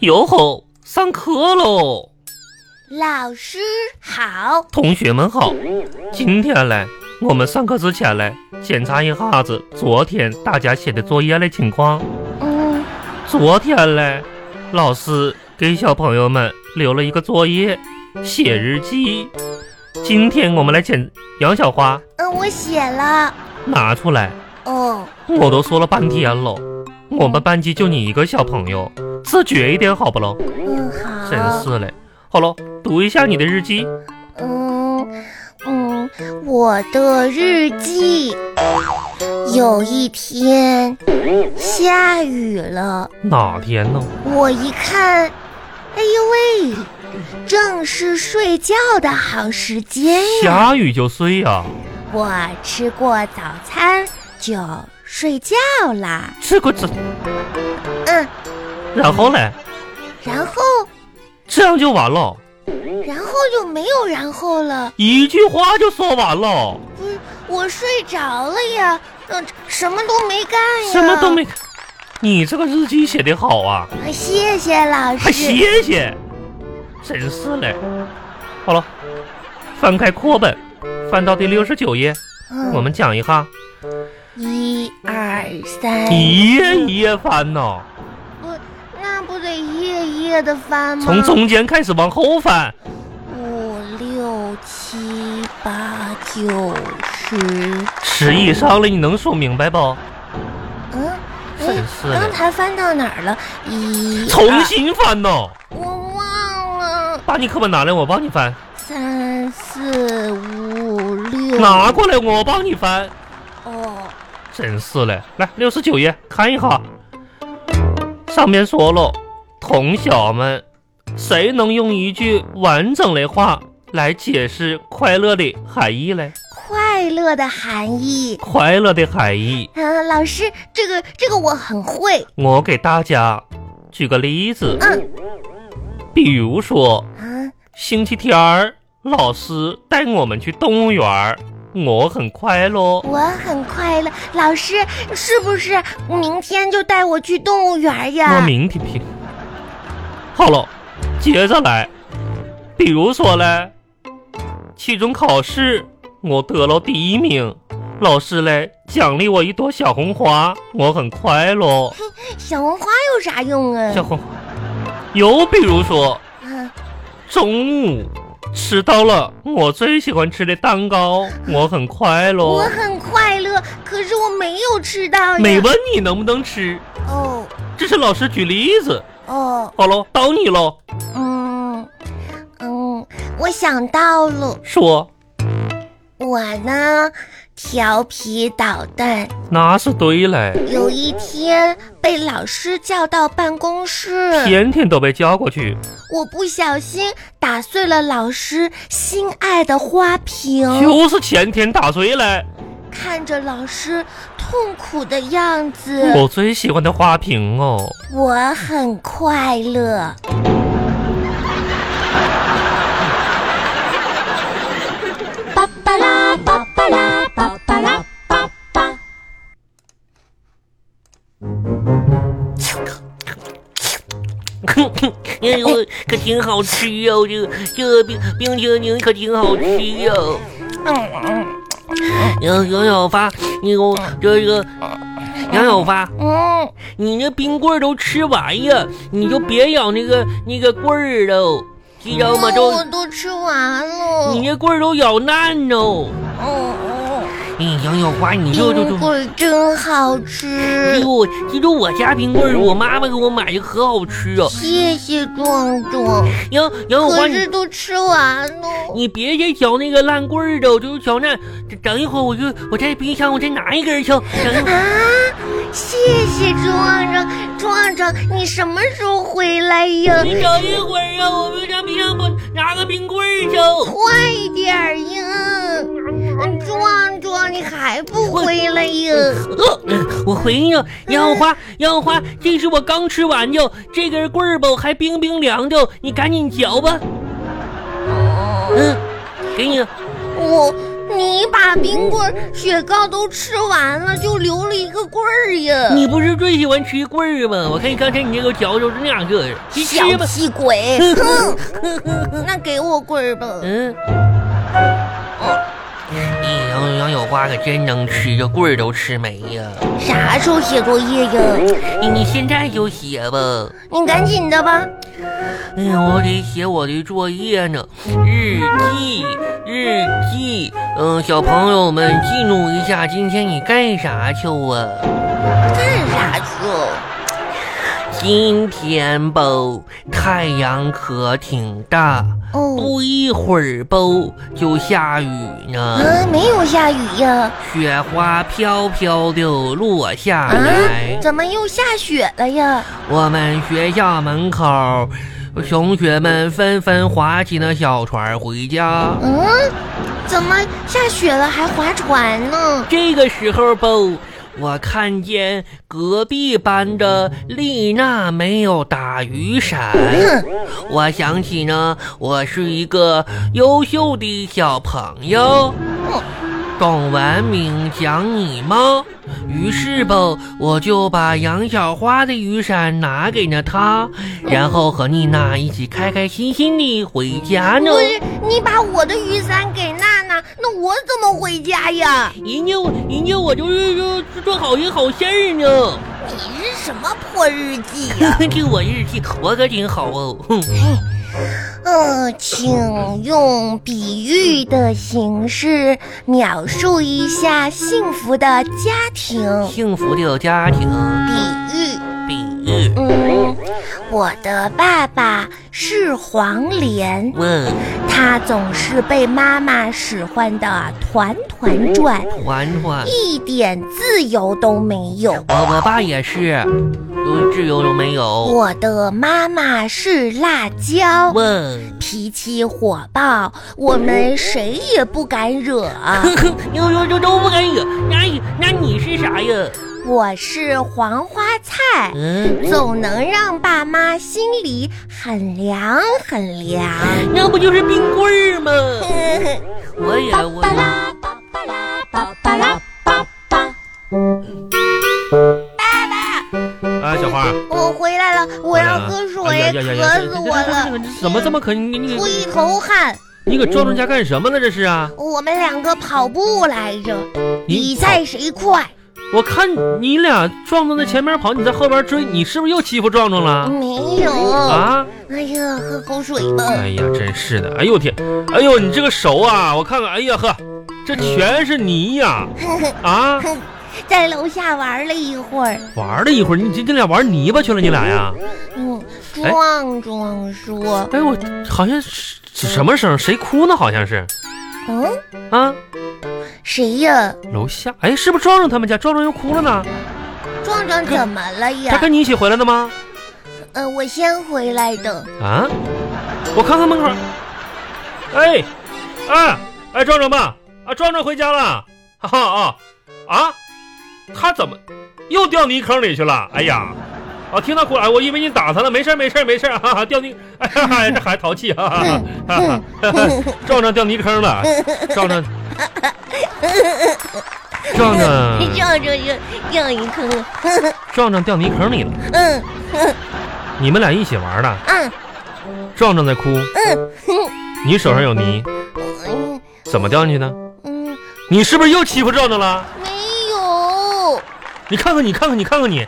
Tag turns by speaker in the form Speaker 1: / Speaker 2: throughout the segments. Speaker 1: 哟吼，上课喽！
Speaker 2: 老师好，
Speaker 1: 同学们好，今天嘞，我们上课之前嘞，检查一下子昨天大家写的作业的情况。
Speaker 2: 嗯，
Speaker 1: 昨天嘞，老师给小朋友们留了一个作业，写日记。今天我们来检杨小花
Speaker 2: 嗯，我写了。
Speaker 1: 拿出来，
Speaker 2: 哦，
Speaker 1: 我都说了半天了，我们班级就你一个小朋友，自觉一点好不喽？
Speaker 2: 嗯，好。
Speaker 1: 真是嘞。好喽，读一下你的日记。
Speaker 2: 嗯嗯，我的日记。有一天下雨了，
Speaker 1: 哪天呢？
Speaker 2: 我一看，哎呦喂，正是睡觉的好时间呀！
Speaker 1: 下雨就睡呀、
Speaker 2: 我吃过早餐就睡觉啦。
Speaker 1: 吃个这，
Speaker 2: 嗯，
Speaker 1: 然后嘞，
Speaker 2: 然后
Speaker 1: 这样就完了，
Speaker 2: 然后就没有然后了。
Speaker 1: 一句话就说完了，
Speaker 2: 不是，我睡着了呀，嗯，什么都没干呀，
Speaker 1: 什么都没。你这个日记写得好啊，
Speaker 2: 啊。谢谢老
Speaker 1: 还
Speaker 2: 师。
Speaker 1: 哎谢谢，真是嘞。好了，翻开课本，翻到第六十九页，
Speaker 2: 嗯
Speaker 1: 我们讲一下，
Speaker 2: 一二三，
Speaker 1: 一页一页翻呐、
Speaker 2: 不，那不得一页一页的翻吗？
Speaker 1: 从中间开始往后翻，
Speaker 2: 五六七八九十，
Speaker 1: 十以上了，你能数明白不？
Speaker 2: 嗯，哎
Speaker 1: 真是，的
Speaker 2: 刚才翻到哪儿了？一，
Speaker 1: 重
Speaker 2: 二
Speaker 1: 新翻呐、
Speaker 2: 我忘了，
Speaker 1: 把你课本拿来，我帮你翻，
Speaker 2: 三四五六，
Speaker 1: 拿过来，我帮你翻。
Speaker 2: 哦，
Speaker 1: 真是嘞，来六十九页看一下，上面说了，同学们，谁能用一句完整的话来解释快乐的含义嘞？
Speaker 2: 快乐的含义。
Speaker 1: 快乐的含义，
Speaker 2: 啊，老师，这个这个我很会。
Speaker 1: 我给大家举个例子，
Speaker 2: 嗯
Speaker 1: 比如说
Speaker 2: 啊，
Speaker 1: 星期天儿，老师带我们去动物园儿，我很快乐。哦
Speaker 2: 我很快乐。老师，是不是明天就带我去动物园
Speaker 1: 我
Speaker 2: 呀？
Speaker 1: 明天听。好了，接着来，比如说嘞，期中考试我得了第一名，老师嘞奖励我一朵小红花，我很快乐。
Speaker 2: 小红花有啥用啊？
Speaker 1: 小红花。又比如说，
Speaker 2: 啊，
Speaker 1: 中午吃到了我最喜欢吃的蛋糕，我很快
Speaker 2: 我
Speaker 1: 乐。
Speaker 2: 很快乐，可是我没有吃到呀。
Speaker 1: 没问你能不能吃，
Speaker 2: 哦
Speaker 1: 这是老师举例子。
Speaker 2: 哦，
Speaker 1: 好了，到你了，
Speaker 2: 嗯嗯，我想到了，
Speaker 1: 说
Speaker 2: 我呢调皮捣蛋，
Speaker 1: 那是对嘞。
Speaker 2: 有一天被老师叫到办公室。
Speaker 1: 天天都被叫过去，
Speaker 2: 我不小心打碎了老师心爱的花瓶，
Speaker 1: 就是前天打碎嘞。
Speaker 2: 看着老师痛苦的样子，
Speaker 1: 我最喜欢的花瓶哦，
Speaker 2: 我很快乐。巴巴拉巴巴拉巴巴拉巴巴。
Speaker 3: 哎呦，可挺好吃哟、这个这个冰冰淇淋可挺好吃哟、杨杨小发，你给我这个杨小发，
Speaker 2: 嗯，
Speaker 3: 你那冰棍儿都吃完呀，你就别咬那个那个棍儿喽，知道吗？
Speaker 2: 那
Speaker 3: 都
Speaker 2: 我都吃完了。
Speaker 3: 你那棍儿都咬烂喽。
Speaker 2: 嗯嗯，
Speaker 3: 哎，杨小花，你就就
Speaker 2: 冰
Speaker 3: 就。
Speaker 2: 棍儿真好吃
Speaker 3: 记，住，记住我家冰棍儿，我妈妈给我买的可好吃哦。
Speaker 2: 谢谢壮壮。
Speaker 3: 杨杨小花，
Speaker 2: 可
Speaker 3: 你
Speaker 2: 是都吃完了。
Speaker 3: 你别再嚼那个烂棍儿了，就是嚼那。等一会儿我就我在冰箱我再拿一根儿敲。等一会儿
Speaker 2: 啊，谢谢壮壮，壮壮，你什么时候回来呀？
Speaker 3: 你等一会儿啊，我们上冰箱我拿个冰棍儿敲。
Speaker 2: 快点儿呀！壮壮，你还不回来呀？
Speaker 3: 呃，我回应了杨小花，杨小花，这是我刚吃完的，这根棍儿吧还冰冰凉的，你赶紧嚼吧。嗯，给你了，
Speaker 2: 我你把冰棍儿、雪糕都吃完了，就留了一个棍儿呀！
Speaker 3: 你不是最喜欢吃棍儿吗？我看刚才你那个嚼着是那个，你
Speaker 2: 小
Speaker 3: 吃吧。
Speaker 2: 气鬼！哼，那给我棍儿吧。
Speaker 3: 嗯。哦哎杨杨小花可真能吃，这棍儿都吃没呀！
Speaker 2: 啥时候写作业呀？
Speaker 3: 你你现在就写吧。
Speaker 2: 你赶紧的吧。
Speaker 3: 哎呀，我得写我的作业呢，日记，日记。嗯、小朋友们记录一下，今天你干啥去啊？
Speaker 2: 干
Speaker 3: 嗯
Speaker 2: 啥去哦？
Speaker 3: 今天吧，太阳可挺大，
Speaker 2: 哦，
Speaker 3: 不一会儿吧就下雨呢，
Speaker 2: 嗯，没有下雨呀。
Speaker 3: 雪花飘飘的落下
Speaker 2: 啊
Speaker 3: 来。？
Speaker 2: 怎么又下雪了呀？
Speaker 3: 我们学校门口，同学们纷纷划起了小船回家。
Speaker 2: 嗯，怎么下雪了还划船呢？
Speaker 3: 这个时候吧，我看见隔壁班的丽娜没有打雨伞，
Speaker 2: 哼，
Speaker 3: 我想起呢，我是一个优秀的小朋友，懂文明讲礼貌。于是吧，我就把杨小花的雨伞拿给了她，然后和丽娜一起开开心心地回家呢
Speaker 2: 不。是你把我的雨伞给娜娜，那我怎么回家呀？
Speaker 3: 人家人家我就是说做好人好事儿呢。
Speaker 2: 你是什么破日记呀、
Speaker 3: 这我日记活可挺好哦，哼，
Speaker 2: 嗯，请用比喻的形式描述一下幸福的家庭。
Speaker 3: 幸福的家庭
Speaker 2: 比喻，
Speaker 3: 比喻，
Speaker 2: 嗯，我的爸爸是黄连，
Speaker 3: 问
Speaker 2: 他总是被妈妈使唤的团团转，
Speaker 3: 环环，
Speaker 2: 一点自由都没有。
Speaker 3: 我我爸也是，有自由都没有，
Speaker 2: 我的妈妈是辣椒，
Speaker 3: 问，
Speaker 2: 脾气火爆，我们谁也不敢惹。
Speaker 3: 呵呵，又又又都不敢惹，那你那你是啥呀？
Speaker 2: 我是黄花菜，
Speaker 3: 嗯，
Speaker 2: 总能让爸妈心里很凉很凉。
Speaker 3: 那不就是冰棍儿吗？我也我
Speaker 2: 巴拉巴巴拉巴巴拉巴巴，
Speaker 1: 哎，小花，
Speaker 2: 我回来了，我要喝水，
Speaker 1: 哎呀呀呀呀
Speaker 2: 渴死我了，，
Speaker 1: 怎么这么啃？你你
Speaker 2: 出一头汗。
Speaker 1: 你给赵专家干什么了？这是啊？
Speaker 2: 我们两个跑步来着，
Speaker 1: 你
Speaker 2: 比赛谁快？
Speaker 1: 我看你俩壮壮在前面跑，你在后边追，你是不是又欺负壮壮了？
Speaker 2: 没有。
Speaker 1: 啊！
Speaker 2: 哎呀，喝口水吧。
Speaker 1: 哎呀，真是的！哎呦我天！哎呦，你这个手啊，我看看，哎呀呵，这全是泥呀、啊！
Speaker 2: 在楼下玩了一会儿，
Speaker 1: 玩了一会儿，你这这俩玩泥巴去了，你俩呀？
Speaker 2: 嗯，壮壮说
Speaker 1: 哎，我好像是什么声？谁哭呢？好像是：“
Speaker 2: 嗯，
Speaker 1: 啊，
Speaker 2: 谁呀？
Speaker 1: 楼下。哎，是不是壮壮他们家？壮壮又哭了呢？
Speaker 2: 壮壮怎么
Speaker 1: 他
Speaker 2: 了呀
Speaker 1: 跟你一起回来的吗？？”
Speaker 2: 呃，我先回来的。
Speaker 1: 啊，我看看门口。哎，哎，哎，壮壮吧，啊，壮壮回家了。哈哈啊啊，他怎么又掉泥坑里去了？哎呀，啊，听他哭，哎，我以为你打他了，没事儿没事儿没事儿，哈哈，掉泥，哎哈哈，这孩子淘气，哈哈哈哈哈哈，壮壮掉泥坑了，壮壮，壮
Speaker 2: 壮
Speaker 1: 壮，
Speaker 2: 壮又又一坑，
Speaker 1: 壮壮掉泥坑里了。
Speaker 2: 嗯
Speaker 1: 你们俩一起玩的，
Speaker 2: 嗯
Speaker 1: 壮壮在哭，
Speaker 2: 嗯
Speaker 1: 你手上有泥，
Speaker 2: 嗯
Speaker 1: 怎么掉进去的？
Speaker 2: 嗯，
Speaker 1: 你是不是又欺负赵正了？
Speaker 2: 没有。
Speaker 1: 你看看你，看看你，看看你，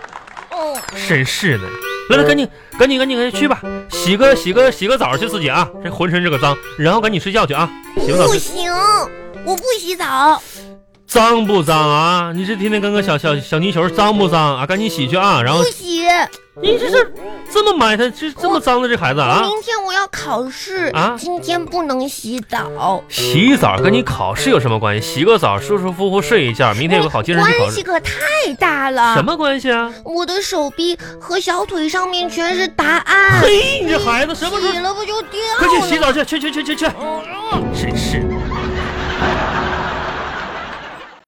Speaker 2: 嗯，
Speaker 1: 真是的！来来，赶紧，赶紧，赶紧，赶紧去吧，洗个洗个洗个澡去自己啊，这浑身这个脏，然后赶紧睡觉去啊，洗个澡
Speaker 2: 不
Speaker 1: 去。
Speaker 2: 行，我不洗澡。
Speaker 1: 脏不脏啊？你这天天跟个小小小泥球，脏不脏啊？赶紧洗去啊！然后
Speaker 2: 不洗，
Speaker 1: 你这是这么埋汰，这这么脏的这孩子啊？
Speaker 2: 明天我要考试，
Speaker 1: 啊
Speaker 2: 今天不能洗澡。
Speaker 1: 洗澡跟你考试有什么关系？洗个澡，舒舒服服睡一觉，明天有个好精神去考
Speaker 2: 关系
Speaker 1: 试，
Speaker 2: 可太大了。
Speaker 1: 什么关系啊？
Speaker 2: 我的手臂和小腿上面全是答案。
Speaker 1: 嘿，你这孩子什么时候
Speaker 2: 洗了不就掉了？
Speaker 1: 快去洗澡去，去去去去去！真是的。